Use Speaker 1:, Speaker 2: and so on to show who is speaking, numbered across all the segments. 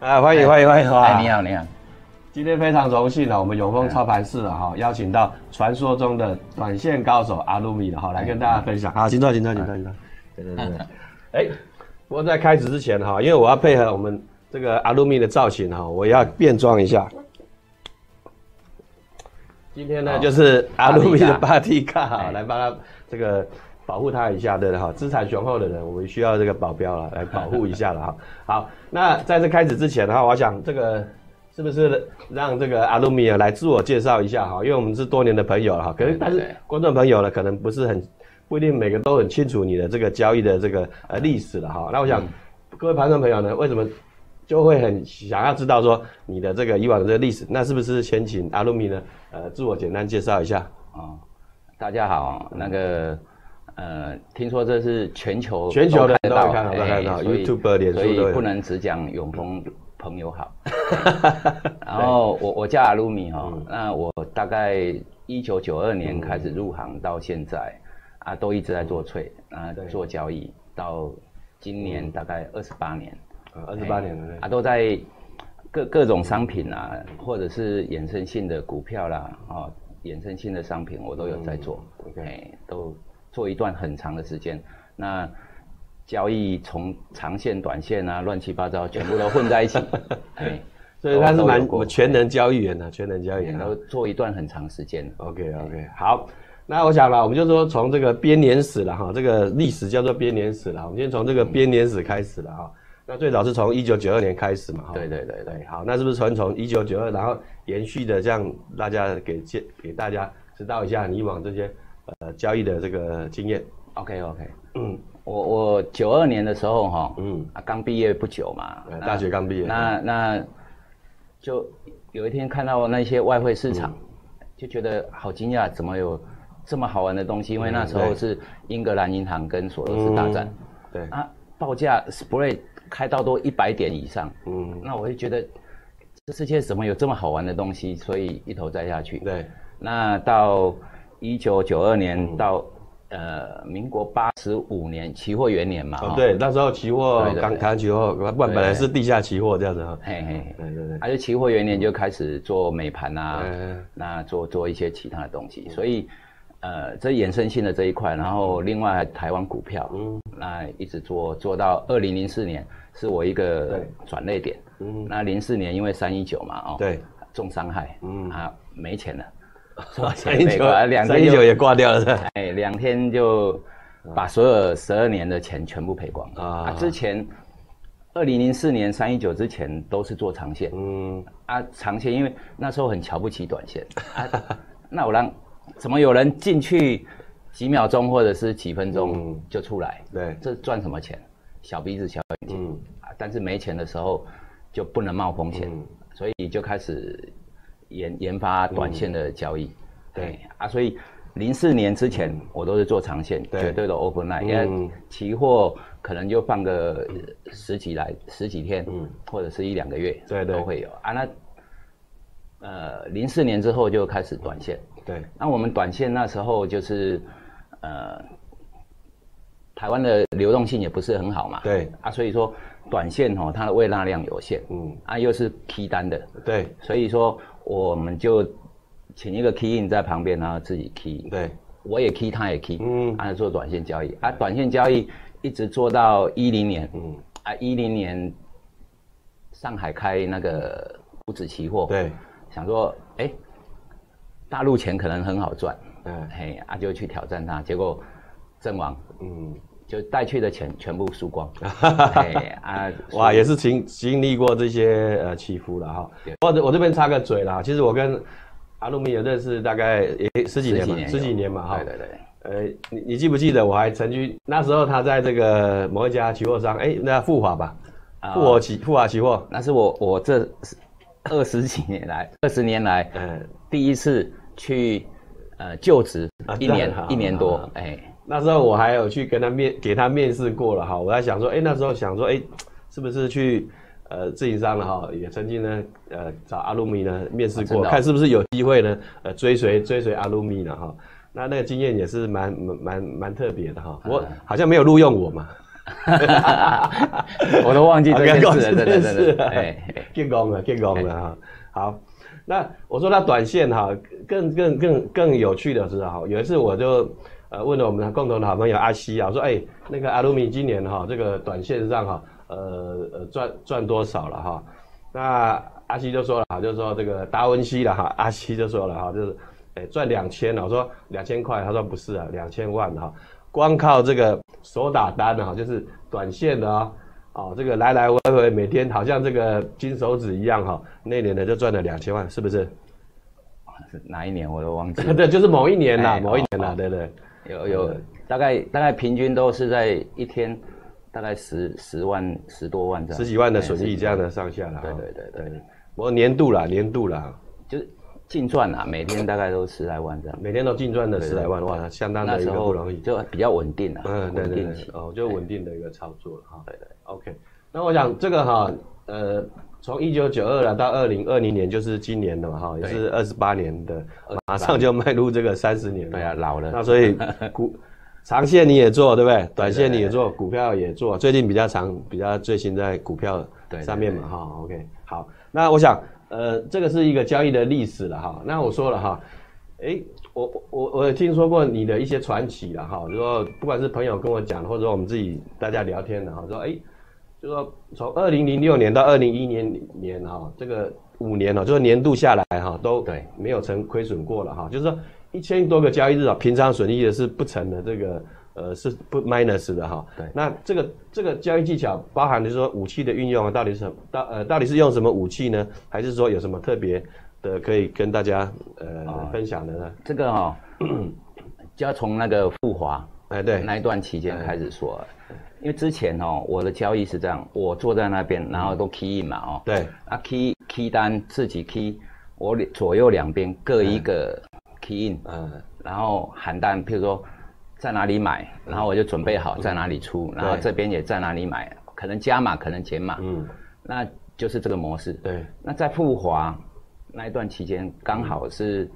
Speaker 1: 啊，欢迎欢迎欢迎！
Speaker 2: 哎，
Speaker 1: 哇
Speaker 2: 你好，你好，
Speaker 1: 今天非常荣幸呢，我们永丰操盘室啊哈，邀请到传说中的短线高手阿鲁米的哈，来跟大家分享。嗯好，请坐，请坐，请坐，请坐。对对对对。哎，不过在开始之前哈，因为我要配合我们这个阿鲁米的造型哈，我要变装一下。今天呢，
Speaker 2: 好
Speaker 1: 就是阿鲁米的巴蒂
Speaker 2: 哎
Speaker 1: 卡来帮他这个保护他一下，对的哈。资产雄厚的人，我们需要这个保镖啊了，来保护一下了哈。好，那在这开始之前的话，我想这个是不是让这个阿鲁米尔来自我介绍一下哈？因为我们是多年的朋友了哈，可是
Speaker 2: 对对
Speaker 1: 但是
Speaker 2: 对
Speaker 1: 观众朋友呢，可能不是很不一定每个都很清楚你的这个交易的这个呃历史了哈。那我想、
Speaker 2: 嗯
Speaker 1: 各位观众朋友呢，为什么就会很想要知道说你的这个以往的这个历史？那是不是先请阿鲁米呢？呃，自我简单介绍一下。
Speaker 2: 哦，大家好，那个呃，听说这是全球
Speaker 1: 全球的人都
Speaker 2: 到哎
Speaker 1: 会看到都看到
Speaker 2: 所以
Speaker 1: YouTube 脸书
Speaker 2: 所
Speaker 1: 都有
Speaker 2: 以不能只讲永丰朋友 好。然后我我叫阿鲁米哦，
Speaker 1: 嗯
Speaker 2: 那我大概一九九二年开始入行到现在，啊，都一直在做翠啊
Speaker 1: 嗯对，嗯
Speaker 2: 做交易到今年大概二十八年。
Speaker 1: 呃二十八年了，
Speaker 2: 啊，都在各各种商品啊，或者是衍生性的股票啦，哦，衍生性的商品我都有在做，
Speaker 1: 嗯，OK
Speaker 2: 哎、都做一段很长的时间。那交易从长线、短线啊，乱七八糟，全部都混在 一起，哎，
Speaker 1: 所以他是
Speaker 2: 都
Speaker 1: 蛮
Speaker 2: 有过嗯
Speaker 1: 全能交易员的，啊全能交易
Speaker 2: 也
Speaker 1: 员。
Speaker 2: 都做一段很长时间了。
Speaker 1: OK OK，好，那我想了，我们就说从这个编年史了哈，这个历史叫做编年史了，我们先从这个编年史开始了哈。那最早是从一九九二年开始嘛，哈。
Speaker 2: 对对对对，
Speaker 1: 对，好，那是不是从从一九九二，然后延续的这样，大家给介给大家知道一下你以往这些呃交易的这个经验，
Speaker 2: OK OK，
Speaker 1: 嗯
Speaker 2: 嗯，我我九二年的时候哈，
Speaker 1: 嗯
Speaker 2: 嗯，啊刚毕业不久嘛啊
Speaker 1: 呃，
Speaker 2: 那
Speaker 1: 大学刚毕业
Speaker 2: 那那就有一天看到那些外汇市场，
Speaker 1: 嗯
Speaker 2: 就觉得好惊讶，怎么有这么好玩的东西？因为那
Speaker 1: 嗯
Speaker 2: 时
Speaker 1: 对
Speaker 2: 候是英格兰银行跟索罗斯大战，
Speaker 1: 嗯对，
Speaker 2: 啊，报价 spread 开到都一百点以上，
Speaker 1: 嗯，
Speaker 2: 那我就觉得这世界怎么有这么好玩的东西？所以一头栽下去。
Speaker 1: 对，
Speaker 2: 那到一九九二
Speaker 1: 嗯
Speaker 2: 年到、呃民国八十五年期货元年嘛，
Speaker 1: 哦
Speaker 2: 哈，
Speaker 1: 对，那时候期货
Speaker 2: 对对对
Speaker 1: 刚谈期货，不然本来是地下期货这样子哈，
Speaker 2: 嘿嘿，
Speaker 1: 对对对，
Speaker 2: 他、就期货元年就开始做美盘啊，
Speaker 1: 嗯
Speaker 2: 那做做一些其他的东西，所以呃这衍生性的这一块，然后另外台湾股票，
Speaker 1: 嗯
Speaker 2: 那一直做做到二零零四年是我一个
Speaker 1: 对
Speaker 2: 转捩点，
Speaker 1: 嗯，
Speaker 2: 那零四年因为三一九嘛，哦，
Speaker 1: 对，
Speaker 2: 重伤害，
Speaker 1: 嗯
Speaker 2: 啊没钱了，
Speaker 1: 三一九
Speaker 2: 美国啊，两
Speaker 1: 三
Speaker 2: 天
Speaker 1: 一
Speaker 2: 就
Speaker 1: 九也挂掉了是吧，
Speaker 2: 哎，两天就把所有十二年的钱全部赔光
Speaker 1: 嗯啊
Speaker 2: 啊之前二零零四年三一九之前都是做长线、
Speaker 1: 嗯，
Speaker 2: 啊，长线因为那时候很瞧不起短线啊，那我让怎么有人进去几秒钟或者是几分钟
Speaker 1: 嗯
Speaker 2: 就出来？
Speaker 1: 对，
Speaker 2: 这赚什么钱？小鼻子小眼睛、
Speaker 1: 嗯
Speaker 2: 啊！但是没钱的时候就不能冒风险，
Speaker 1: 嗯
Speaker 2: 所以就开始研研发短线的交易。
Speaker 1: 嗯对嗯
Speaker 2: 哎啊，所以零四年之前我都是做长线，
Speaker 1: 对
Speaker 2: 绝对的 overnight，、
Speaker 1: 嗯
Speaker 2: 因为期货可能就放个呃十几来十几天，
Speaker 1: 嗯
Speaker 2: 或者是一两个月，
Speaker 1: 对对
Speaker 2: 都会有啊。那呃，零四年之后就开始短线，
Speaker 1: 对，
Speaker 2: 那我们短线那时候就是，呃，台湾的流动性也不是很好嘛，
Speaker 1: 对
Speaker 2: 啊，所以说短线哦，它的未纳量有限，
Speaker 1: 嗯，
Speaker 2: 啊，又是 key 单的，
Speaker 1: 对
Speaker 2: 所以说我们就请一个 key in 在旁边，然后自己 key，
Speaker 1: 对，
Speaker 2: 我也 key，他也 key，
Speaker 1: 嗯
Speaker 2: 嗯，啊，做短线交易，啊，短线交易一直做到一零年，
Speaker 1: 嗯，
Speaker 2: 啊，一零年上海开那个股指期货，
Speaker 1: 对，
Speaker 2: 想说，哎、大陆钱可能很好赚，
Speaker 1: 嗯
Speaker 2: 嘿，啊就去挑战它，结果阵亡，
Speaker 1: 嗯，
Speaker 2: 就带去的钱全部输光， 嘿啊，
Speaker 1: 哇，也是经经历过这些呃起伏了哈
Speaker 2: 对。
Speaker 1: 我这我这边插个嘴啦，其实我跟阿鲁米也认识大概也十几年
Speaker 2: 十几
Speaker 1: 嘛，
Speaker 2: 年有，
Speaker 1: 十几年嘛哈
Speaker 2: 对。对对，
Speaker 1: 呃，你你记不记得我还曾经那时候他在这个某一家期货商，哎，那富华吧，
Speaker 2: 啊
Speaker 1: 富华期富华期货，
Speaker 2: 那是我我这二十几年来，二十年来
Speaker 1: 嗯，
Speaker 2: 第一次去呃就职
Speaker 1: 啊这
Speaker 2: 一
Speaker 1: 样
Speaker 2: 年
Speaker 1: 好
Speaker 2: 一年
Speaker 1: 好
Speaker 2: 多，哎，
Speaker 1: 那时候我还有去跟他面给他面试过了哈，我在想说，哎、那时候想说，哎、是不是去呃自营商了哈？也曾经呢，呃，找阿鲁米呢面试
Speaker 2: 啊
Speaker 1: 过，
Speaker 2: 真的哦
Speaker 1: 看是不是有机会呢，呃，追随追随阿鲁米
Speaker 2: 啊
Speaker 1: 呢哈。那那个经验也是蛮蛮蛮蛮特别的哈，我好像没有录用我嘛，
Speaker 2: 我都忘记这件事了，
Speaker 1: 真
Speaker 2: 真
Speaker 1: 的
Speaker 2: 的真
Speaker 1: 是啊
Speaker 2: 的，哎，哎
Speaker 1: 进攻了，进攻了啊哈。好，那我说到短线哈，更更更更有趣的是哈，有一次我就呃问了我们共同的好朋友阿西啊，我说哎、那个阿鲁米今年哈这个短线上哈呃呃赚赚多少了哈？那阿西就说了哈，就说这个达文西了哈，阿西就说了哈，就是哎赚两千了，我说两千块，他说不是啊，两千万哈。光靠这个手打单啊，就是短线的啊、哦，这个来来回回每天好像这个金手指一样哈、那年呢就赚了两千万，是不是？
Speaker 2: 是哪一年我都忘记 了，
Speaker 1: 对，就是某一年啦，
Speaker 2: 哎
Speaker 1: 某一年啦，对对。
Speaker 2: 有有大概大概平均都是在一天大概十十万十多万这样，
Speaker 1: 十几万的
Speaker 2: 哎
Speaker 1: 损
Speaker 2: 十
Speaker 1: 益
Speaker 2: 几
Speaker 1: 这样的上下了、
Speaker 2: 对对对对，
Speaker 1: 对，我年度啦，年度啦，
Speaker 2: 就是净赚啊，每天大概都十来万这样，
Speaker 1: 每天都净赚了十来万，哇，相当
Speaker 2: 那
Speaker 1: 的一
Speaker 2: 时
Speaker 1: 个不
Speaker 2: 候
Speaker 1: 容易。
Speaker 2: 就比较稳定啊，
Speaker 1: 嗯，对
Speaker 2: 稳
Speaker 1: 对
Speaker 2: 定
Speaker 1: 对
Speaker 2: 期，，
Speaker 1: 哦，就稳定的一个操作了哈。
Speaker 2: 对对
Speaker 1: OK，那我想这个哈，呃，从一九九二了到二零二零年，就是今年的嘛哈，也
Speaker 2: 对
Speaker 1: 是二十八年的，马上就迈入这个三十年了。
Speaker 2: 对啊，老了
Speaker 1: 那所以股 长线你也做，对不对？短线你也做，股票也做。最近比较长，比较最新在股票
Speaker 2: 对对
Speaker 1: 上面嘛，哈、OK，好，那我想，呃，这个是一个交易的历史了哈。那我说了哈，诶，我我我我有听说过你的一些传奇了哈，就说不管是朋友跟我讲，或者我们自己大家聊天的哈，说诶，就说从二零零六年到二零一年年哈，这个五年哦，就是年度下来哈，都
Speaker 2: 对
Speaker 1: 没有成亏损过了哈，就是说一千多个交易日啊，平常损益的是不成的，这个呃是不 minus 的哈。
Speaker 2: 对
Speaker 1: 那这个这个交易技巧包含的是说武器的运用啊，到底是什么？到呃到底是用什么武器呢？还是说有什么特别的可以跟大家呃、
Speaker 2: 哦
Speaker 1: 分享的呢？
Speaker 2: 这 个哈、就要从那个富华
Speaker 1: 哎，对，
Speaker 2: 那一段期间开始说了，因为之前哦，我的交易是这样，我坐在那边，然后都 key in 嘛哦，
Speaker 1: 对，
Speaker 2: 啊 key key 单自己 key，我两左右两边各一个 key in，、
Speaker 1: 嗯、
Speaker 2: 然后喊单，譬如说在哪里买，然后我就准备好在哪里出，然后
Speaker 1: 对
Speaker 2: 这边也在哪里买，可能加码，可能减码，
Speaker 1: 嗯，
Speaker 2: 那就是这个模式。
Speaker 1: 对，
Speaker 2: 那在富华那一段期间，刚好是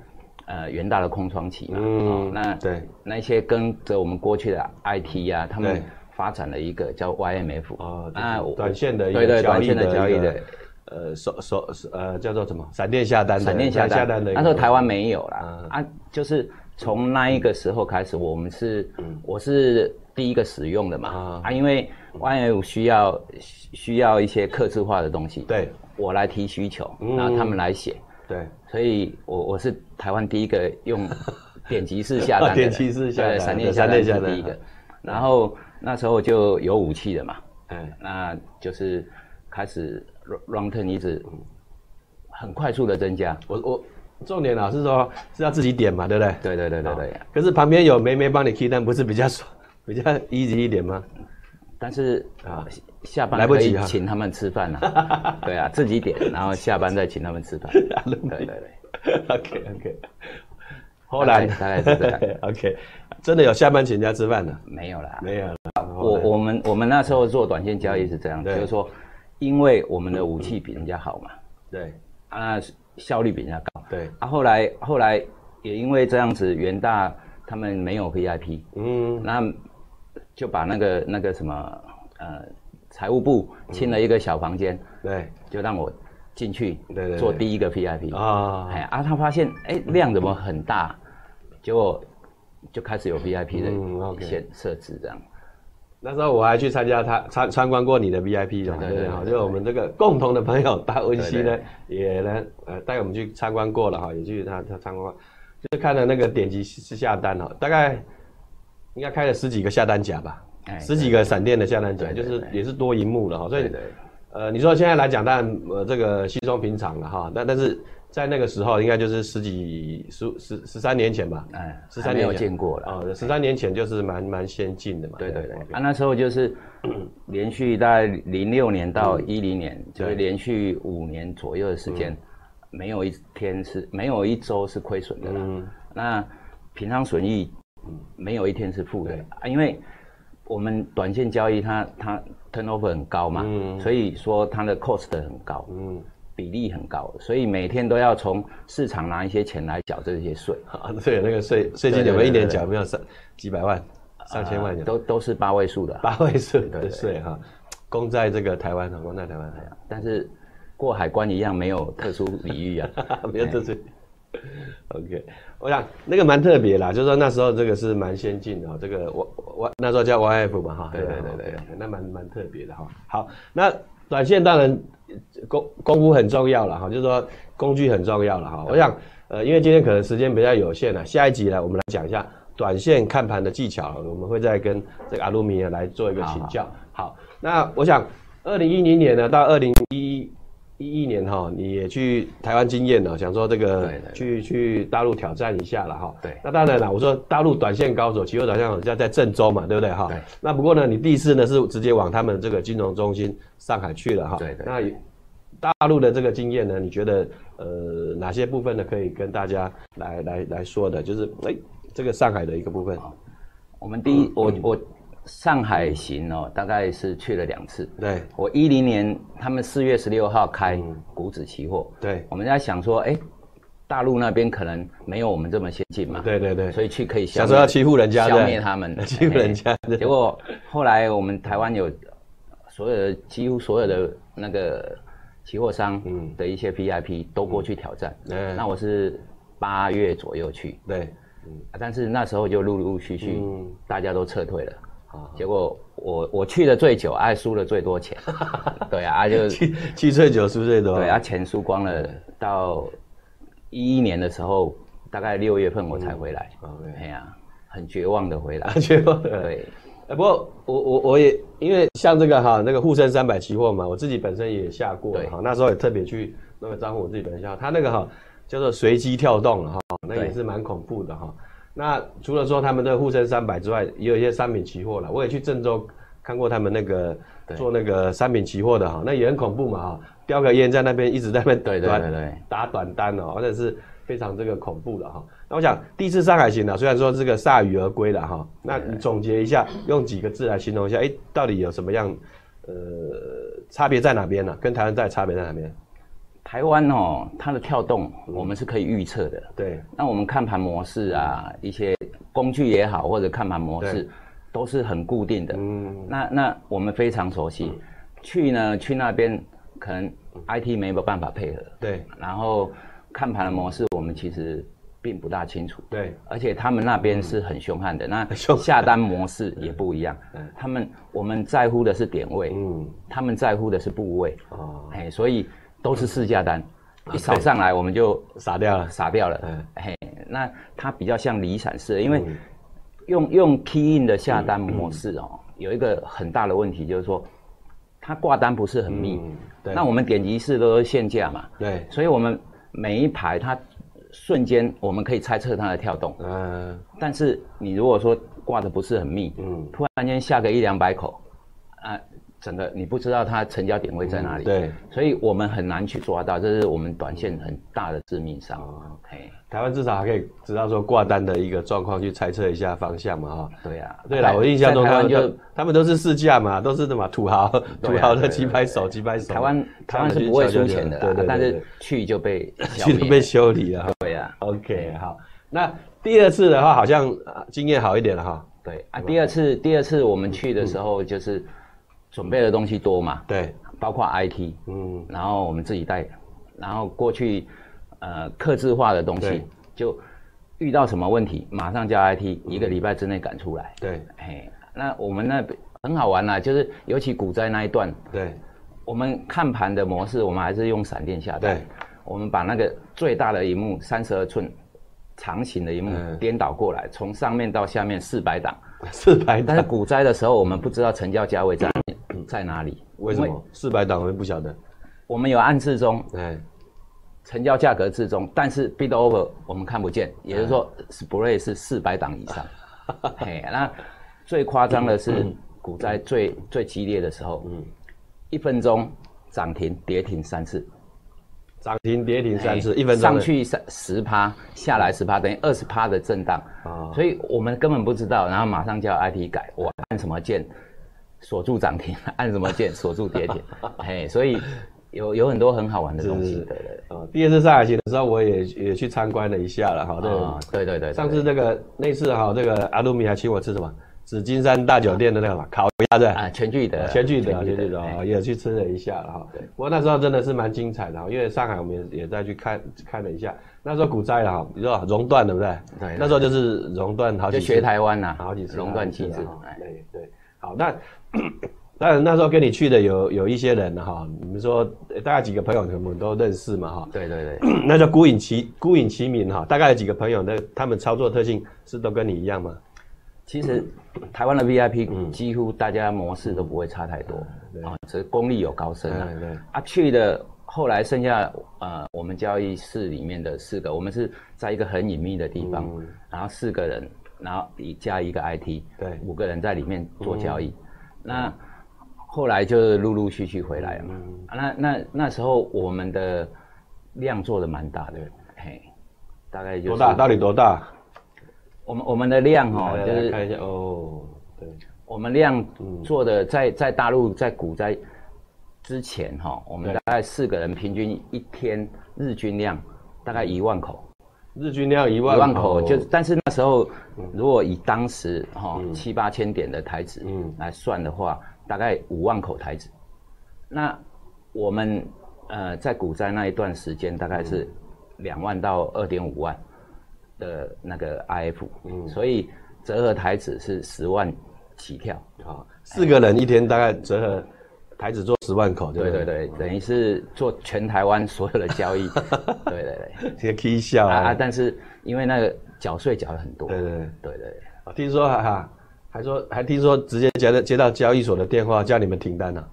Speaker 2: 呃元大的空窗期嘛，
Speaker 1: 嗯
Speaker 2: 哦那
Speaker 1: 对
Speaker 2: 那一些跟着我们过去的 IT 啊，他
Speaker 1: 对
Speaker 2: 们发展了一个叫 YMF
Speaker 1: 哦，
Speaker 2: 那
Speaker 1: 就是
Speaker 2: 啊我
Speaker 1: 短线的一
Speaker 2: 对
Speaker 1: 个
Speaker 2: 对
Speaker 1: 交
Speaker 2: 短
Speaker 1: 易
Speaker 2: 线的交易
Speaker 1: 一个
Speaker 2: 的
Speaker 1: 呃手手呃叫做什么闪电下单的
Speaker 2: 闪电下单，
Speaker 1: 的一个
Speaker 2: 那时候台湾没有啦、
Speaker 1: 嗯
Speaker 2: 啊，就是从那一个时候开始，我们是、我是第一个使用的嘛
Speaker 1: 嗯啊
Speaker 2: 啊因为 YMF 需要需要一些客制化的东西，
Speaker 1: 对嗯
Speaker 2: 我来提需求，然后他们来写。
Speaker 1: 对
Speaker 2: 所以我我是台湾第一个用点击式下 单的人，
Speaker 1: 哦点击式下单
Speaker 2: 对闪电
Speaker 1: 对
Speaker 2: 下单
Speaker 1: 闪
Speaker 2: 是
Speaker 1: 电下单嗯
Speaker 2: 第一个。然后那时候就有武器了嘛，
Speaker 1: 哎
Speaker 2: 那就是开始 run- run turn 一直很快速的增加。
Speaker 1: 我我重点啊是说是要自己点嘛对不对？
Speaker 2: 对对对对对。
Speaker 1: 可是旁边有梅梅帮你 key 单，不是比较爽 比较 easy 一点吗？
Speaker 2: 但是
Speaker 1: 啊
Speaker 2: 啊，下班
Speaker 1: 来不
Speaker 2: 可以
Speaker 1: 及啊
Speaker 2: 请他们吃饭 啊，对啊，自己点，然后下班再请他们吃饭。对对对，
Speaker 1: OK OK，后来
Speaker 2: 大概哎大概是 这
Speaker 1: OK，真的有下班请人家吃饭的
Speaker 2: 没有啦，
Speaker 1: 没有了？
Speaker 2: 我我们我们那时候做短线交易是这样，
Speaker 1: 对
Speaker 2: 就是说，因为我们的武器比人家好嘛，
Speaker 1: 对
Speaker 2: 啊，效率比人家高。
Speaker 1: 对，
Speaker 2: 啊，后来后来也因为这样子，元大他们没有 VIP，
Speaker 1: 嗯
Speaker 2: 那就把那个那个什么呃财务部清了一个小房间，
Speaker 1: 对
Speaker 2: 就让我进去
Speaker 1: 对对对
Speaker 2: 做第一个 VIP。
Speaker 1: 啊
Speaker 2: 哎啊，他发现哎量怎么很大，结果就开始有 VIP
Speaker 1: 嗯，OK
Speaker 2: 的先设置这样。
Speaker 1: 那时候我还去参加他参参观过你的 VIP 的嘛，
Speaker 2: 对
Speaker 1: 对不
Speaker 2: 对
Speaker 1: 对？
Speaker 2: 对
Speaker 1: 好，就
Speaker 2: 对
Speaker 1: 是我们这个共同的朋友大文熙呢
Speaker 2: 对对，
Speaker 1: 也呢呃带我们去参观过了哈，也去他他参观过，就是看了那个点击是下单哈，大概应该开了十几个下单夹吧，
Speaker 2: 哎
Speaker 1: 十几个闪电的下单夹，
Speaker 2: 对
Speaker 1: 就
Speaker 2: 对
Speaker 1: 是
Speaker 2: 对
Speaker 1: 也是多荧幕了哈，所以
Speaker 2: 对对
Speaker 1: 呃你说现在来讲，当然呃这个稀松平常了哈，但但是在那个时候应该就是十几十十十三年前吧，
Speaker 2: 哎，
Speaker 1: 十
Speaker 2: 还
Speaker 1: 三
Speaker 2: 没
Speaker 1: 年
Speaker 2: 有
Speaker 1: 前
Speaker 2: 见过了。
Speaker 1: 啊，十三年前就是蛮蛮先进的嘛，
Speaker 2: 对对对
Speaker 1: 吧，
Speaker 2: 啊，那时候 就是连续大概零六年到一零年，就是连续五年左右的时间，没有一天是没有一周是亏损的啦。那平常损益没有一天是负的
Speaker 1: 对
Speaker 2: 啊，因为我们短线交易它它 turnover 很高嘛，所以说它的 cost 很高，
Speaker 1: 嗯。
Speaker 2: 比例很高，所以每天都要从市场拿一些钱来缴这些税。
Speaker 1: 啊，对，那个税税金有没有一年缴？有没有三几百万、上千万
Speaker 2: 呃
Speaker 1: 人，
Speaker 2: 都都是八位数的啊，
Speaker 1: 八位数
Speaker 2: 对
Speaker 1: 的
Speaker 2: 对
Speaker 1: 税哈，供在这个台湾哈，供在台湾，
Speaker 2: 但是过海关一样没有特殊礼遇 啊。
Speaker 1: 没有这是。OK，我想那个蛮特别啦，就是说那时候这个是蛮先进的哦，这个我我那时候叫 YF 嘛哈，
Speaker 2: 对对
Speaker 1: 吧
Speaker 2: 对对，
Speaker 1: 那蛮蛮特别的哈。好，那短线当然呃功功夫很重要了哈，就是说工具很重要了哈。我想呃，因为今天可能时间比较有限了，下一集呢我们来讲一下短线看盘的技巧，我们会再跟这个阿鲁米来做一个请教。好，那我想二零一零年呢到二零一一一年哈，你也去台湾经验了，想说这个
Speaker 2: 对对对
Speaker 1: 去去大陆挑战一下了哈。
Speaker 2: 对
Speaker 1: 那当然了，我说大陆短线高手，期货短线高手在在郑州嘛，对不对哈？
Speaker 2: 对
Speaker 1: 那不过呢，你第一次呢是直接往他们这个金融中心上海去了哈。
Speaker 2: 对对
Speaker 1: 那有大陆的这个经验呢，你觉得呃哪些部分呢可以跟大家来来来说的？就是哎、这个上海的一个部分，
Speaker 2: 我们第
Speaker 1: 嗯
Speaker 2: 一，我我上海行哦，大概是去了两次。
Speaker 1: 对
Speaker 2: 我一零年他们四月十六号开
Speaker 1: 嗯
Speaker 2: 股指期货，
Speaker 1: 对
Speaker 2: 我们在想说，哎，大陆那边可能没有我们这么先进嘛，
Speaker 1: 对对对，
Speaker 2: 所以去可以消
Speaker 1: 想
Speaker 2: 灭
Speaker 1: 说要欺负人家，
Speaker 2: 消
Speaker 1: 对
Speaker 2: 灭他们，
Speaker 1: 欺负人家
Speaker 2: 哎结果后来我们台湾有所有的几乎所有的那个期货商的一些 VIP 都过去挑战，
Speaker 1: 嗯
Speaker 2: 那我是八月左右去，
Speaker 1: 对
Speaker 2: 啊但是那时候就陆陆续续、
Speaker 1: 嗯
Speaker 2: 大家都撤退了。
Speaker 1: 啊，
Speaker 2: 结果我我去的最久，爱输了最 多钱，对啊，啊就
Speaker 1: 七七岁九十岁多，哦
Speaker 2: 对 啊，钱输光了。到一一年的时候，大概六月份我
Speaker 1: 嗯
Speaker 2: 才回来，
Speaker 1: OK
Speaker 2: 哎呀，很绝望的回 来
Speaker 1: 啊，。绝望了。
Speaker 2: 对，
Speaker 1: 哎，不过我我我也因为像这个哈，那个沪深三百期货嘛，我自己本身也下过
Speaker 2: 对
Speaker 1: 哈，那时候也特别去那个账户，我自己本身下，它那个哈叫做随机跳动了哈，那
Speaker 2: 对
Speaker 1: 也是蛮恐怖的哈。那除了说他们的沪深三百之外，也有一些商品期货了，我也去郑州看过他们那个
Speaker 2: 对
Speaker 1: 做那个商品期货的哈，那也很恐怖嘛哈，叼个烟在那边一直在那边
Speaker 2: 对对
Speaker 1: 短
Speaker 2: 对对
Speaker 1: 打短单哦，或者是非常这个恐怖的哈、那我想第一次上海行呢，虽然说这个铩羽而归了哈、那你总结一下，用几个字来形容一下，哎，到底有什么样呃差别在哪边呢、跟台湾在差别在哪边？
Speaker 2: 台湾哦，它的跳动
Speaker 1: 嗯
Speaker 2: 我们是可以预测的。
Speaker 1: 对
Speaker 2: 那我们看盘模式啊，一些工具也好，或者看盘模式
Speaker 1: 对，
Speaker 2: 都是很固定的。
Speaker 1: 嗯
Speaker 2: 嗯，那那我们非常熟悉。去呢，去那边可能 IT 没有办法配合，
Speaker 1: 对
Speaker 2: 然后看盘的模式我们其实并不大清楚。
Speaker 1: 对，
Speaker 2: 而且他们那边是很凶悍的，那
Speaker 1: 凶悍
Speaker 2: 下单模式也 不一样。他们我们在乎的是点位，
Speaker 1: 嗯
Speaker 2: 他们在乎的是部位，
Speaker 1: 哦，
Speaker 2: 哎，所以都
Speaker 1: 嗯
Speaker 2: 是试价单，
Speaker 1: 啊
Speaker 2: 一扫上来我们就
Speaker 1: 傻掉了，
Speaker 2: 傻掉了
Speaker 1: 嗯。
Speaker 2: 嘿，那它比较像离散式的，因为用用 key in 的下
Speaker 1: 嗯
Speaker 2: 单模式哦，有一个很大的问题就是说，它挂单不是很密
Speaker 1: 嗯，对
Speaker 2: 那我们点击式都是限价嘛，
Speaker 1: 对，
Speaker 2: 所以我们每一排它瞬间我们可以猜测它的跳动。
Speaker 1: 嗯、
Speaker 2: 但是你如果说挂的不是很密，
Speaker 1: 嗯
Speaker 2: 嗯，突然间下个一两百口，啊、整个你不知道它成交点位在哪里，
Speaker 1: 嗯对，嗯
Speaker 2: 所以我们很难去抓到，这是我们短线很大的致命伤。
Speaker 1: 哦
Speaker 2: 嘿，
Speaker 1: 台湾至少还可以知道说挂单的一个状况，去猜测一下方向嘛哈、
Speaker 2: 对啊，
Speaker 1: 对啦，
Speaker 2: 在
Speaker 1: 我印象中
Speaker 2: 在
Speaker 1: 他
Speaker 2: 台
Speaker 1: 们
Speaker 2: 湾
Speaker 1: 就
Speaker 2: 就
Speaker 1: 他们都是试驾嘛，都是什么土豪土
Speaker 2: 对啊
Speaker 1: 豪的
Speaker 2: 对对
Speaker 1: 几百手几百手。
Speaker 2: 台湾
Speaker 1: 他们
Speaker 2: 台湾是
Speaker 1: 就
Speaker 2: 不会
Speaker 1: 小小
Speaker 2: 输钱的
Speaker 1: 对
Speaker 2: 啦
Speaker 1: 对，，
Speaker 2: 但
Speaker 1: 对
Speaker 2: 是去就被消
Speaker 1: 去
Speaker 2: 灭
Speaker 1: 被，修理了。
Speaker 2: 对啊，
Speaker 1: OK，好，那第二次的话好像啊经验好一嗯点了哈。
Speaker 2: 对啊。第二次第二次我们去的时候就是准备的东西多嘛，
Speaker 1: 对，
Speaker 2: 包括 IT，
Speaker 1: 嗯，
Speaker 2: 然后我们自己带，然后过去呃刻制化的东西
Speaker 1: 对，
Speaker 2: 就遇到什么问题，马上叫 IT，一
Speaker 1: 嗯
Speaker 2: 个礼拜之内赶出来。
Speaker 1: 对
Speaker 2: 嘿，那我们那边很好玩啦、就是尤其股灾那一段，
Speaker 1: 对
Speaker 2: 我们看盘的模式，我们还是用闪电下单
Speaker 1: 对，
Speaker 2: 我们把那个最大的一幕三十二寸长形的一幕
Speaker 1: 嗯
Speaker 2: 颠倒过来，从上面到下面四百档。
Speaker 1: 四百
Speaker 2: 但是
Speaker 1: 档，
Speaker 2: 股灾的时候，我们不知道成交价位在在哪里，
Speaker 1: 嗯为什
Speaker 2: 因
Speaker 1: 么四百档我也不晓得？
Speaker 2: 我们有暗示中，
Speaker 1: 哎，
Speaker 2: 成交价格之中，但是 bid over 我们看不见，也就是说
Speaker 1: 嗯
Speaker 2: spread 是四百档以 上。嘿，那最夸张的是
Speaker 1: 嗯
Speaker 2: 股灾最最激烈的时候，嗯，一分钟涨停跌停三次，
Speaker 1: 涨停跌停三次，
Speaker 2: 嘿
Speaker 1: 一分钟
Speaker 2: 哎上
Speaker 1: 的
Speaker 2: 去三十趴，下来十趴，等于二十趴的震荡。
Speaker 1: 哦
Speaker 2: 所以我们根本不知道，然后马上叫 IT 改，我按什么键锁住涨停，按什么键锁住跌停，嘿，所以有有很多很好玩的东西。
Speaker 1: 是是
Speaker 2: 对对对。
Speaker 1: 哦第二次上海行的时候，我也也去参观了一下了哈。
Speaker 2: 啊
Speaker 1: 对，
Speaker 2: 对对对对，
Speaker 1: 上次这个那次哈，这个阿鲁米还请我吃什么？紫金山大酒店的那个嘛烤鸭是吧？
Speaker 2: 啊，全聚德，
Speaker 1: 全聚德，全聚德
Speaker 2: 哎
Speaker 1: 啊，也去吃了一下了哈。不过那时候真的是蛮精彩的哈，哦因为上海我们也也再去看看了一下。那时候股灾了哈，哦你知道熔断对不对？
Speaker 2: 对对
Speaker 1: 那时候就是熔断好
Speaker 2: 就
Speaker 1: 几次
Speaker 2: 学台湾呐，
Speaker 1: 好几次啊
Speaker 2: 垄断机制
Speaker 1: 好，
Speaker 2: 哎
Speaker 1: 对对，好，那 当然那时候跟你去的有有一些人哈，你们说呃大概几个朋友可能都认识嘛哈，哦
Speaker 2: 对对对，
Speaker 1: 那就孤影其孤影其名哈，大概有几个朋友的他们操作特性是都跟你一样吗？
Speaker 2: 其实台湾的
Speaker 1: 嗯
Speaker 2: VIP 几乎大家模式都不会差太多啊，只是功力有高深啊。
Speaker 1: 哎对，
Speaker 2: 啊，去的后来剩下呃，我们交易室里面的四个，我们是在一个很隐秘的地方，
Speaker 1: 嗯
Speaker 2: 然后四个人，然后一加一个 IT，
Speaker 1: 对
Speaker 2: 五个人在里面做交易。
Speaker 1: 嗯
Speaker 2: 那后来就是陆陆续续回来了嘛。
Speaker 1: 嗯
Speaker 2: 啊那那那时候我们的量做的蛮大的，嘿，大概就是
Speaker 1: 多大？到底多大？
Speaker 2: 我们我们的量哦，
Speaker 1: 来
Speaker 2: 就
Speaker 1: 来
Speaker 2: 是
Speaker 1: 看一下哦，对，
Speaker 2: 我们量
Speaker 1: 嗯
Speaker 2: 做的在在大陆在股灾之前哈、我们
Speaker 1: 对
Speaker 2: 大概四个人平均一天日均量大概一万口，
Speaker 1: 日均量嗯一
Speaker 2: 一
Speaker 1: 万嗯
Speaker 2: 万口就是，但是那时候如果以当时哈、七八千点的台子
Speaker 1: 嗯
Speaker 2: 来算的话，大概五万口台子。那我们呃在股灾那一段时间大概
Speaker 1: 嗯
Speaker 2: 是两万到二点五万的那个 IF，、所
Speaker 1: 嗯
Speaker 2: 以折合台子是十万起跳。
Speaker 1: 好，哦四个人一天大概折合台子做十万口，
Speaker 2: 对
Speaker 1: 不
Speaker 2: 对，对，等于是做全台湾所有的交 易，对对对，
Speaker 1: 先 K 一下
Speaker 2: 啊啊！但是因为那个缴税缴了很多，
Speaker 1: 对对对。
Speaker 2: 对对，
Speaker 1: 啊听说哈、哈，还说还听说直接接到接到交易所的电话叫你们停单了、啊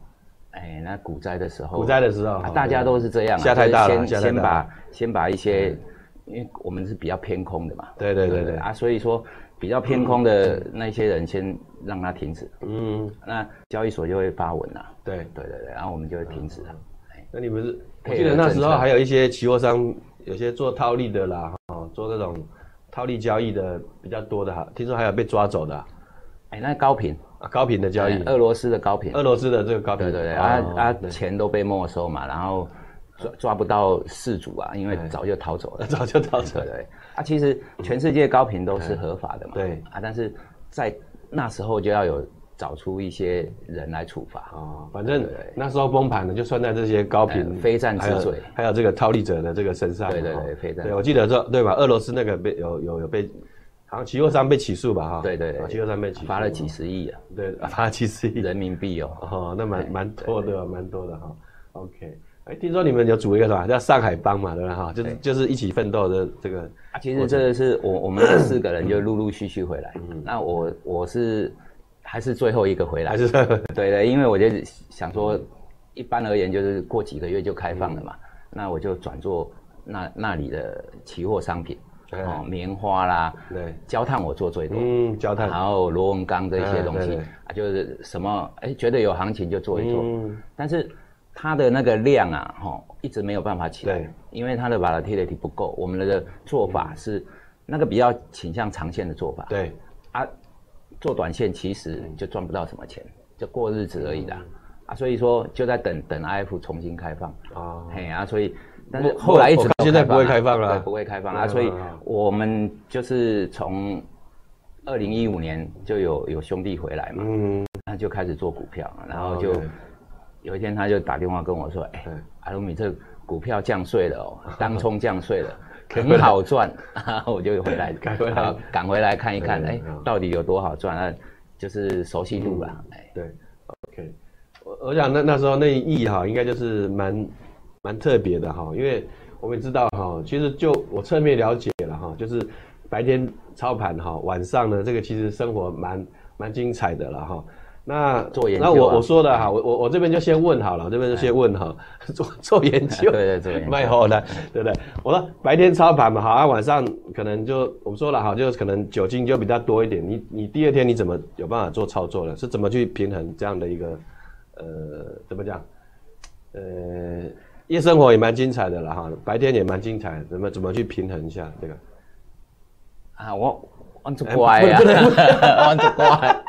Speaker 2: 哎，那股灾的时候，
Speaker 1: 股灾的时候
Speaker 2: 啊大家都是这样啊，
Speaker 1: 下太大了
Speaker 2: 就是
Speaker 1: 下
Speaker 2: 先
Speaker 1: 太大了嗯
Speaker 2: 先把先把一些，因为我们是比较偏空的嘛，
Speaker 1: 对对对对，
Speaker 2: 啊，所以说比较偏空的那些人先让它停止，
Speaker 1: 嗯，
Speaker 2: 那交易所就会发文啊，
Speaker 1: 对。
Speaker 2: 对对对，然后我们就会停止啊
Speaker 1: 嗯
Speaker 2: 了，
Speaker 1: 那你们是，我
Speaker 2: 配合
Speaker 1: 记得那时
Speaker 2: 政
Speaker 1: 候
Speaker 2: 策
Speaker 1: 还有一些期货商，有些做套利的啦，哦，做这种套利交易的比较多的哈，听说还有被抓走的啊，
Speaker 2: 哎，那高频
Speaker 1: 啊高频的交易
Speaker 2: 哎，俄罗斯的高频，
Speaker 1: 俄罗斯的这个高频，
Speaker 2: 对对对，
Speaker 1: 哦
Speaker 2: 啊啊，钱都被没收嘛，然后抓抓不到事主啊，因为早就逃走 了
Speaker 1: 。早就到这
Speaker 2: 对，对，啊，其实全世界高频都是合法的嘛。
Speaker 1: 对
Speaker 2: 啊，但是在那时候就要有找出一些人来处罚。
Speaker 1: 哦，反正那时候崩盘的就算在这些高频
Speaker 2: 哎非战之
Speaker 1: 还有
Speaker 2: 罪
Speaker 1: 还有这个套利者的这个身上。
Speaker 2: 对对对
Speaker 1: 哦
Speaker 2: 非战
Speaker 1: 对我记得这对吧？俄罗斯那个被有有有被，好像期货商被起诉吧？哈。
Speaker 2: 对对对
Speaker 1: 啊期货商被起诉
Speaker 2: 罚了几？十亿啊，
Speaker 1: 对，罚了几十亿。
Speaker 2: 人民币哦。
Speaker 1: 哦，那蛮蛮多的，蛮多的哈。OK，哎，听说你们有组一个什么叫上海帮嘛，对吧？哈，就是就是一起奋斗的这个。
Speaker 2: 啊，其实这个是我我们这四个
Speaker 1: 嗯
Speaker 2: 人就陆陆续续回来。那我我是还是最后一个回来
Speaker 1: 还。是
Speaker 2: 对对，因为我就想说，一般而言就是过几个月就开放了嘛，
Speaker 1: 嗯
Speaker 2: 那我就转做那那里的期货商品，
Speaker 1: 哎
Speaker 2: 哦，棉花啦，
Speaker 1: 对，
Speaker 2: 焦炭我做最多，
Speaker 1: 嗯，交谈
Speaker 2: 然后螺纹钢这
Speaker 1: 哎
Speaker 2: 些东
Speaker 1: 对
Speaker 2: 西
Speaker 1: 对
Speaker 2: 啊，就是什么哎觉得有行情就做一做，
Speaker 1: 嗯
Speaker 2: 但是它的那个量啊，哈、一直没有办法起来
Speaker 1: 对，
Speaker 2: 因为它的 volatility 不够，我们的做法是、那个比较倾向长线的做法，
Speaker 1: 对，
Speaker 2: 啊，做短线其实就赚不到什么钱，就过日子而已啦。啊，所以说就在等等 IF 重新开放。
Speaker 1: 嗯哦，
Speaker 2: 嘿啊，所以但是
Speaker 1: 我
Speaker 2: 后来一
Speaker 1: 我
Speaker 2: 直没有
Speaker 1: 现在
Speaker 2: 放啊
Speaker 1: 不会开放了
Speaker 2: 对，不会开放啊。
Speaker 1: 嗯
Speaker 2: 所以我们就是从二零一五年就有有兄弟回来嘛，
Speaker 1: 嗯，
Speaker 2: 他就开始做股票，然
Speaker 1: 哦
Speaker 2: 后就
Speaker 1: 对
Speaker 2: 有一天他就打电话跟我说：“哎
Speaker 1: 对，
Speaker 2: 阿鲁米这股票降 税了哦，当冲降税了。”很好赚， 我就回来
Speaker 1: 赶回来
Speaker 2: 啊赶回来看一看，
Speaker 1: 对
Speaker 2: 哎
Speaker 1: 嗯，
Speaker 2: 到底有多好赚？那就是熟悉度啦，哎，
Speaker 1: 对，OK，我我想那那时候那一役哈，应该就是蛮蛮特别的哈，因为我们也知道哈，其实就我侧面了解了哈，就是白天操盘哈，晚上呢这个其实生活蛮蛮精彩的了哈。那
Speaker 2: 做研究啊
Speaker 1: 那我我说的哈，我我我这边就先问好了，我这边就先问哈， 做做研究，
Speaker 2: 对对做研究
Speaker 1: 蛮好的，对不对？我说白天操盘嘛，好啊，晚上可能就我们说了哈，就是可能酒精就比较多一点。你你第二天你怎么有办法做操作呢？是怎么去平衡这样的一个呃怎么讲？呃，夜生活也蛮精彩的了哈，白天也蛮精彩的，怎么怎么去平衡一下这个？
Speaker 2: 啊，我我很乖呀， 我很乖，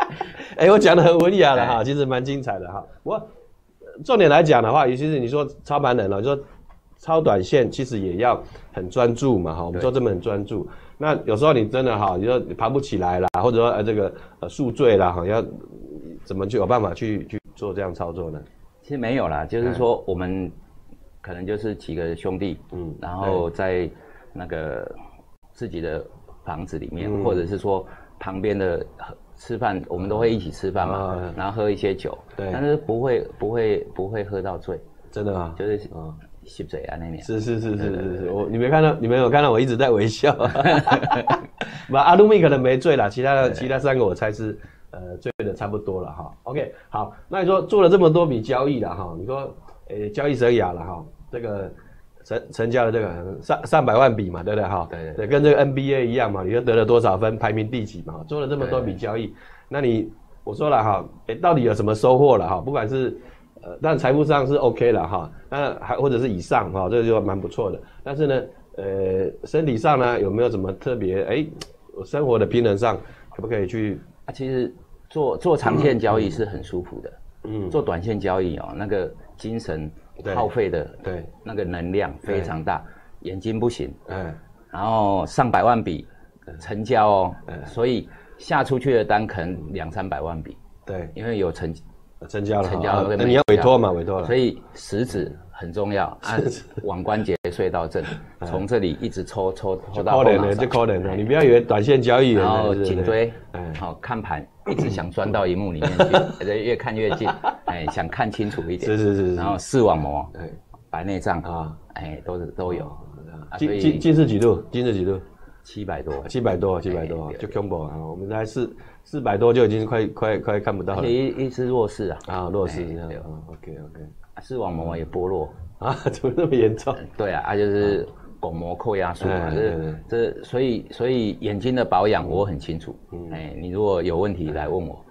Speaker 1: 哎、我讲的很文雅了哈，其实蛮精彩的哈。我呃重点来讲的话，尤其是你说操盘人了，你说超短线其实也要很专注嘛哈，我们说这么很专注。那有时候你真的哈，你说你爬不起来啦，或者说呃这个呃宿醉啦哈，要怎么就有办法去去做这样操作呢？
Speaker 2: 其实没有啦，就是说我们可能就是几个兄弟，
Speaker 1: 嗯
Speaker 2: 嗯，然后在那个自己的房子里
Speaker 1: 嗯
Speaker 2: 面，或者是说旁边的呃吃饭，我们都会一起吃饭嘛，
Speaker 1: 嗯
Speaker 2: 然后喝一些酒，
Speaker 1: 对
Speaker 2: 但是不会不会不会喝到醉，
Speaker 1: 真的啊，
Speaker 2: 就是吸嘴啊那面。
Speaker 1: 是是是是是是，我你没看到，你没有看到我一直在微笑。 不，阿鲁米可能没醉啦，其他的其他三个我猜是呃醉的差不多了哈。OK，好，那你说做了这么多笔交易了哈，你说呃交易生涯了哈，这个成成交了这个上上百万笔嘛，对不对哈？
Speaker 2: 对对
Speaker 1: 对，跟这个 NBA 一样嘛，你又得了多少分，排名第几嘛？做了这么多笔
Speaker 2: 对
Speaker 1: 交易，那你我说了哈，诶到底有什么收获了哈？不管是呃，但财富上是 OK 了哈，那还或者是以上哈，这就蛮不错的。但是呢，呃，身体上呢有没有什么特别？哎，我生活的平衡上可不可以去？
Speaker 2: 啊，其实做做长线交易是很舒服的，
Speaker 1: 嗯，
Speaker 2: 做短线交易哦，那个精神
Speaker 1: 对
Speaker 2: 耗费的
Speaker 1: 对，
Speaker 2: 那个能量非常大，眼睛不行，
Speaker 1: 哎，
Speaker 2: 然后上百万笔
Speaker 1: 嗯
Speaker 2: 成交哦，所以下出去的单可能两三百万笔，
Speaker 1: 对，
Speaker 2: 因为有成，
Speaker 1: 成交了哈，
Speaker 2: 成交了
Speaker 1: 啊
Speaker 2: 跟
Speaker 1: 那
Speaker 2: 没
Speaker 1: 你要委
Speaker 2: 成交
Speaker 1: 托嘛，委托了
Speaker 2: 所，以食指很重要，按腕关节隧道症，从这里一直抽抽抽到
Speaker 1: 扣
Speaker 2: 后
Speaker 1: 脸
Speaker 2: 脑
Speaker 1: 的嗯
Speaker 2: 勺
Speaker 1: 就，扣脸了，你不要以为短线交易员
Speaker 2: 然后
Speaker 1: 是
Speaker 2: 颈椎
Speaker 1: 哎，
Speaker 2: 好看盘，一直想钻到荧幕里面 去，对越看越近，哎，想看清楚一点，
Speaker 1: 是是是是
Speaker 2: 然后视网膜、
Speaker 1: 哎
Speaker 2: 白内障啊，
Speaker 1: 啊，
Speaker 2: 哎，都是都有，啊所
Speaker 1: 近
Speaker 2: 以
Speaker 1: 近近视几度？近视几度？
Speaker 2: 七百多，
Speaker 1: 七百
Speaker 2: 哎
Speaker 1: 多，七百多，就 combo 啊，我们才四四百多就已经快快快看不到了
Speaker 2: 而且一一是弱视啊，
Speaker 1: 啊，弱视
Speaker 2: 哎
Speaker 1: 这样
Speaker 2: 对
Speaker 1: 啊，OK OK。
Speaker 2: 视网膜也剥落，
Speaker 1: 啊， 怎么那么严 重？
Speaker 2: 对啊，啊就是巩膜扣压术嘛，
Speaker 1: 哎
Speaker 2: 这这所以所以眼睛的保养我很清楚，
Speaker 1: 嗯
Speaker 2: 哎，你如果有问题来问我，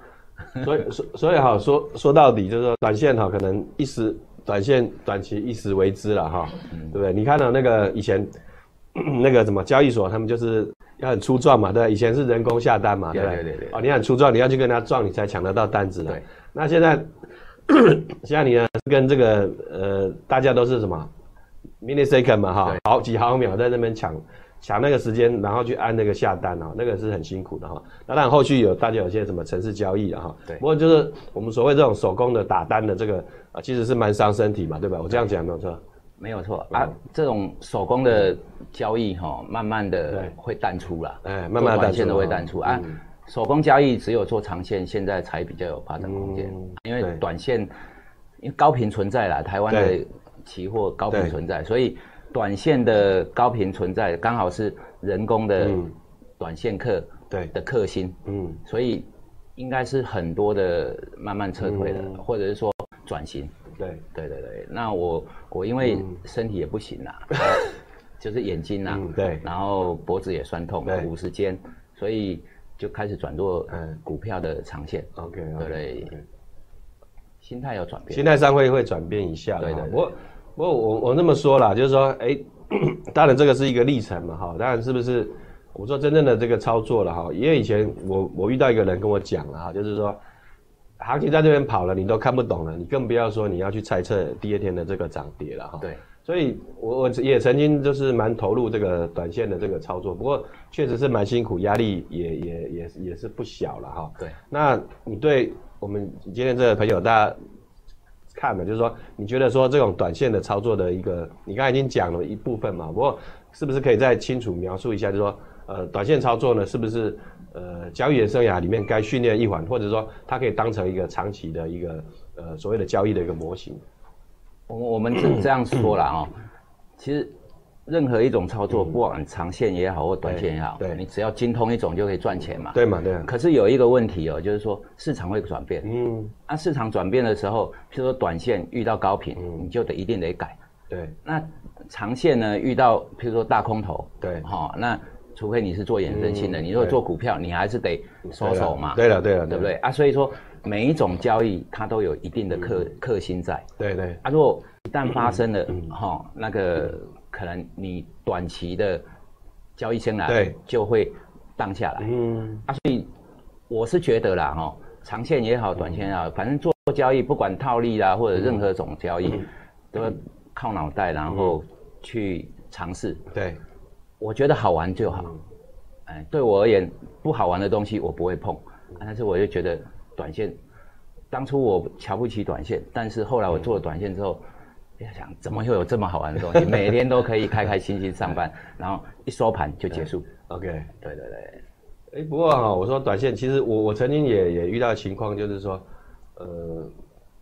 Speaker 1: 所以所所以哈，说说到底就是说，短线哈，可能一时短线短期一时为之了哈，
Speaker 2: 嗯
Speaker 1: 对不对？你看到那个以前 那个什么交易所，他们就是要很粗壮嘛，对不对，以前是人工下单嘛，
Speaker 2: 对
Speaker 1: 对不对？
Speaker 2: 对对对嗯
Speaker 1: 哦，你很粗壮，你要去跟他撞，你才抢得到单子的。
Speaker 2: 对。
Speaker 1: 那现在 现在你呢，跟这个呃，大家都是什么 millisecond 嘛哈
Speaker 2: 对，
Speaker 1: 好几毫秒在那边抢。抢那个时间，然后去按那个下单哦，那个是很辛苦的哈、那当然后续有大家有些什么城市交易的哈、
Speaker 2: 对
Speaker 1: 不过就是我们所谓这种手工的打单的这个啊，其实是蛮伤身体嘛，对吧？我这样讲没有错？
Speaker 2: 没有错
Speaker 1: 嗯
Speaker 2: 啊，这种手工的交易哈，慢慢
Speaker 1: 对
Speaker 2: 的会淡出啦，
Speaker 1: 哎慢慢地淡出
Speaker 2: 做短线的会淡出
Speaker 1: 哦
Speaker 2: 啊。手工交易只有做长线，现在才比较有发展空间
Speaker 1: 嗯，
Speaker 2: 因为
Speaker 1: 对
Speaker 2: 短线因为高频存在啦，台湾的
Speaker 1: 对
Speaker 2: 期货高
Speaker 1: 对
Speaker 2: 频存在，所以短线的高频存在刚好是人工的
Speaker 1: 嗯
Speaker 2: 短线客
Speaker 1: 对，
Speaker 2: 的克星，
Speaker 1: 嗯，
Speaker 2: 所以应该是很多的慢慢撤退
Speaker 1: 嗯
Speaker 2: 了，或者是说转型。
Speaker 1: 对，
Speaker 2: 对对对，那我我因为身体也不行 啦，就是眼睛啦、
Speaker 1: 嗯对
Speaker 2: 然后脖子也酸痛
Speaker 1: 对，
Speaker 2: 五十肩，所以就开始转做
Speaker 1: 嗯
Speaker 2: 股票的长线，
Speaker 1: OK，
Speaker 2: 对不对？心态有转变
Speaker 1: 嗯心，态上会会转变一下的
Speaker 2: 对
Speaker 1: 哈。
Speaker 2: 对对
Speaker 1: 不过不过我我那么说啦，就是说，哎、 当然这个是一个历程嘛，哈，当然是不是？我说真正的这个操作了哈，因为以前我我遇到一个人跟我讲了哈，就是说，行情在这边跑了，你都看不懂了，你更不要说你要去猜测第二天的这个涨跌了哈。
Speaker 2: 对，
Speaker 1: 所以我我也曾经就是蛮投入这个短线的这个操作，不过确实是蛮辛苦，压力也也也也是不小了哈。
Speaker 2: 对，
Speaker 1: 那你对我们今天这个朋友大家看的，就是说你觉得说这种短线的操作的一个，你刚才已经讲了一部分嘛，不过是不是可以再清楚描述一下，就是说呃短线操作呢，是不是呃交易员生涯里面该训练一环，或者说它可以当成一个长期的一个呃所谓的交易的一个模型？
Speaker 2: 我们我们这这样说啦哦，其实任何一种操作，不管长线也好或短线也好，
Speaker 1: 嗯对对
Speaker 2: 你只要精通一种就可以赚钱嘛。
Speaker 1: 对嘛，对啊，
Speaker 2: 可是有一个问题哦，就是说市场会转变，
Speaker 1: 嗯，
Speaker 2: 那、市场转变的时候，譬如说短线遇到高频，
Speaker 1: 嗯
Speaker 2: 你就得一定得改。
Speaker 1: 对
Speaker 2: 那长线呢，遇到譬如说大空头，
Speaker 1: 对
Speaker 2: 好、那除非你是做衍生性的，
Speaker 1: 嗯
Speaker 2: 你如果
Speaker 1: 对
Speaker 2: 做股票，你还是得收手嘛，
Speaker 1: 对了对嗯了，
Speaker 2: 对不对？啊？所以说每一种交易它都有一定的克、克星在
Speaker 1: 对对
Speaker 2: 啊。如果一旦发生了哈、
Speaker 1: 嗯
Speaker 2: 哦那个可能你短期的交易生涯
Speaker 1: 对
Speaker 2: 就会荡下来。
Speaker 1: 嗯，
Speaker 2: 啊，所以我是觉得啦，哦，长线也好，短线也好，反正做交易，不管套利啦，或者任何种交易，都要靠脑袋，然后去尝试，
Speaker 1: 对，
Speaker 2: 我觉得好玩就好。哎，对我而言，不好玩的东西我不会碰，啊但是我就觉得短线，当初我瞧不起短线，但是后来我做了短线之后，要想怎么会有这么好玩的东西？每天都可以开开心心上班，然后一收盘就结束。
Speaker 1: ，OK。
Speaker 2: 对对对，
Speaker 1: 哎，不过哈、我说短线，其实我我曾经也也遇到情况，就是说，呃，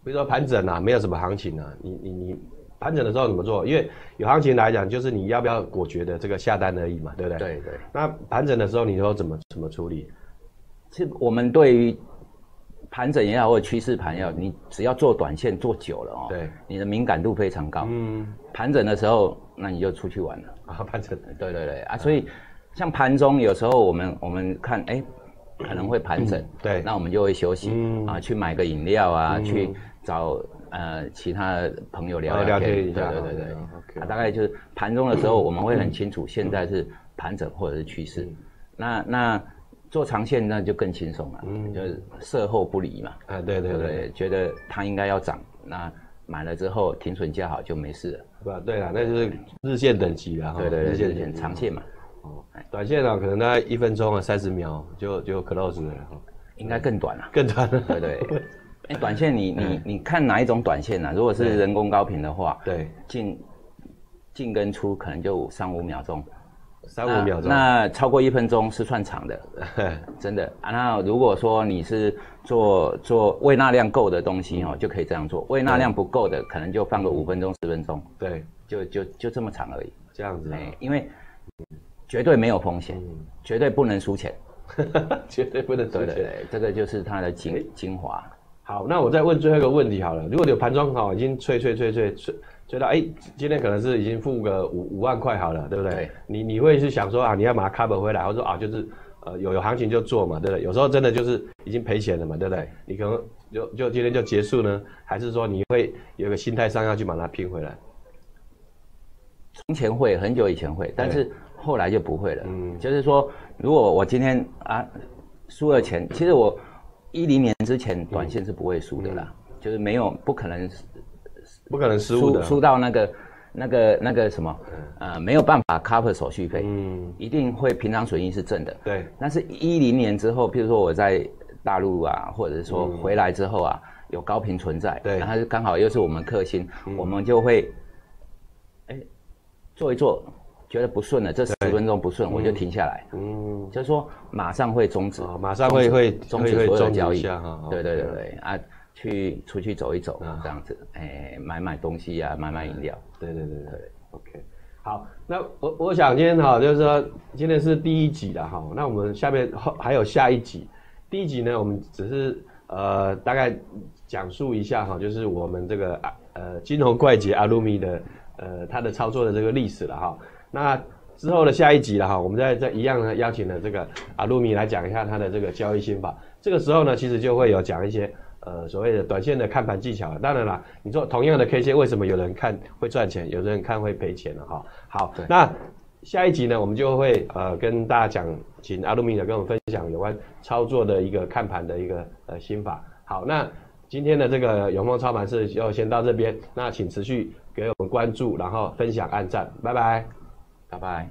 Speaker 1: 比如说盘整啊，没有什么行情啊，你你你盘整的时候怎么做？因为有行情来讲，就是你要不要果决的这个下单而已嘛，对不对？。
Speaker 2: 对对。
Speaker 1: 那盘整的时候，你说怎么怎么处理？
Speaker 2: 是我们对于盘整也好，或者趋势盘也好，你只要做短线做久了哦，
Speaker 1: 对，
Speaker 2: 你的敏感度非常高。
Speaker 1: 嗯，
Speaker 2: 盘整的时候，那你就出去玩了。
Speaker 1: 啊，盘整，
Speaker 2: 对对对啊，所以像盘中有时候我们我们看哎、可能会盘整，
Speaker 1: 对
Speaker 2: 那我们就会休息、
Speaker 1: 嗯
Speaker 2: 啊，去买个饮料啊，去找呃其他的朋友聊
Speaker 1: 啊
Speaker 2: 聊
Speaker 1: 聊天一下
Speaker 2: 对对对
Speaker 1: 啊
Speaker 2: 对，
Speaker 1: ，OK
Speaker 2: 啊，大概就是盘中的时候我们会很清楚现在是盘整或者是趋势，那那做长线那就更轻松了，就是售后不理嘛，
Speaker 1: 啊，对对
Speaker 2: 对不
Speaker 1: 对，
Speaker 2: 对？觉得它应该要涨，那买了之后停损价好就没事了，
Speaker 1: 不，对了，那就是日线等级了哈，
Speaker 2: 对对
Speaker 1: 日
Speaker 2: 对，
Speaker 1: 线
Speaker 2: 就是
Speaker 1: 等级
Speaker 2: 长线嘛。
Speaker 1: 短线啊，可能大概一分钟啊，三十秒就就 close 了，哈
Speaker 2: 应该更短了、
Speaker 1: 更短了，
Speaker 2: 对对对。哎，短线你
Speaker 1: 嗯
Speaker 2: 你你看哪一种短线呢、啊如果是人工高频的话，
Speaker 1: 对，
Speaker 2: 进进跟出可能就三五秒钟，啊
Speaker 1: 三五秒钟，
Speaker 2: 那。那超过一分钟是算长的，真的啊。那如果说你是做做胃纳量够的东西哦，就可以这样做；胃纳量不够的，可能就放个五分钟十分钟，
Speaker 1: 对，
Speaker 2: 就就就这么长而已。
Speaker 1: 这样子啊，嗯
Speaker 2: 哎，因为绝对没有风险，绝对不能输钱。
Speaker 1: 绝对不能对
Speaker 2: 对对
Speaker 1: 对。
Speaker 2: 对，这个就是它的精精华。
Speaker 1: 好，那我再问最后一个问题好了。如果有盘中好，已经吹吹吹吹吹吹到，哎、今天可能是已经付个五五万块好了，对不对？
Speaker 2: 对
Speaker 1: 你你会是想说啊，你要把它 cover 回来，或者说啊，就是呃有有行情就做嘛，对不对？有时候真的就是已经赔钱了嘛，对不对？你可能就就今天就结束呢，还是说你会有个心态上要去把它拼回来？
Speaker 2: 以前会，很久以前会，但是后来就不会了。就是说，如果我今天啊输了钱，其实我一零年之前短线是不会输的啦，就是没有不可能
Speaker 1: 不可能失误
Speaker 2: 嗯输
Speaker 1: 的。
Speaker 2: 输到那个那个那个什么，呃，没有办法 cover 手续费，嗯，一定会平常损益是正的。
Speaker 1: 对，
Speaker 2: 但是一零年之后，譬如说我在大陆啊，或者是说回来之后啊，有高频存在，
Speaker 1: 嗯对嗯
Speaker 2: 然后就刚好又是我们克星，我们就会，哎，做一做，觉得不顺了，这十分钟不顺，我就停下来，
Speaker 1: 嗯，
Speaker 2: 就是说马上会终止，
Speaker 1: 啊，马上会会
Speaker 2: 终
Speaker 1: 会
Speaker 2: 止
Speaker 1: 会
Speaker 2: 所有的
Speaker 1: 终
Speaker 2: 交
Speaker 1: 止
Speaker 2: 易
Speaker 1: 一下哦哈。
Speaker 2: 对
Speaker 1: 对
Speaker 2: 对对对啊，去出去走一走
Speaker 1: 啊
Speaker 2: 这样子，哎，买买东西啊，买买饮料，
Speaker 1: 对对对对，OK。好，那我我想今天哈，就是说今天是第一集了哈，那我们下面后还有下一集。第一集呢，我们只是呃大概讲述一下哈，就是我们这个啊呃金融怪杰阿鲁米的呃他的操作的这个历史了哈。那之后的下一集了哈，我们再再一样呢邀请了这个阿鲁米来讲一下他的这个交易心法。这个时候呢，其实就会有讲一些呃所谓的短线的看盘技巧了。当然啦，你说同样的 K 线，为什么有人看会赚钱，有的人看会赔钱了哈？好，那下一集呢，我们就会呃跟大家讲，请阿鲁米呢跟我们分享有关操作的一个看盘的一个呃心法。好，那今天的这个永丰操盘是就先到这边，那请持续给我们关注，然后分享、按赞，拜拜。
Speaker 2: 拜拜。